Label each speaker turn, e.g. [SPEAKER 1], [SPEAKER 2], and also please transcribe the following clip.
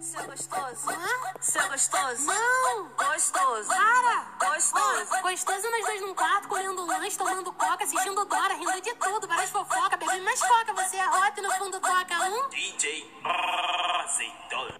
[SPEAKER 1] Seu gostoso. Seu gostoso.
[SPEAKER 2] Não!
[SPEAKER 1] Gostoso.
[SPEAKER 2] Para!
[SPEAKER 1] Gostoso.
[SPEAKER 2] Ô, gostoso nós dois num quarto, comendo lanche, tomando coca, assistindo Dora, rindo de tudo, várias fofoca, bebendo mais coca, você é hot e no fundo toca um...
[SPEAKER 3] DJ Azeitona.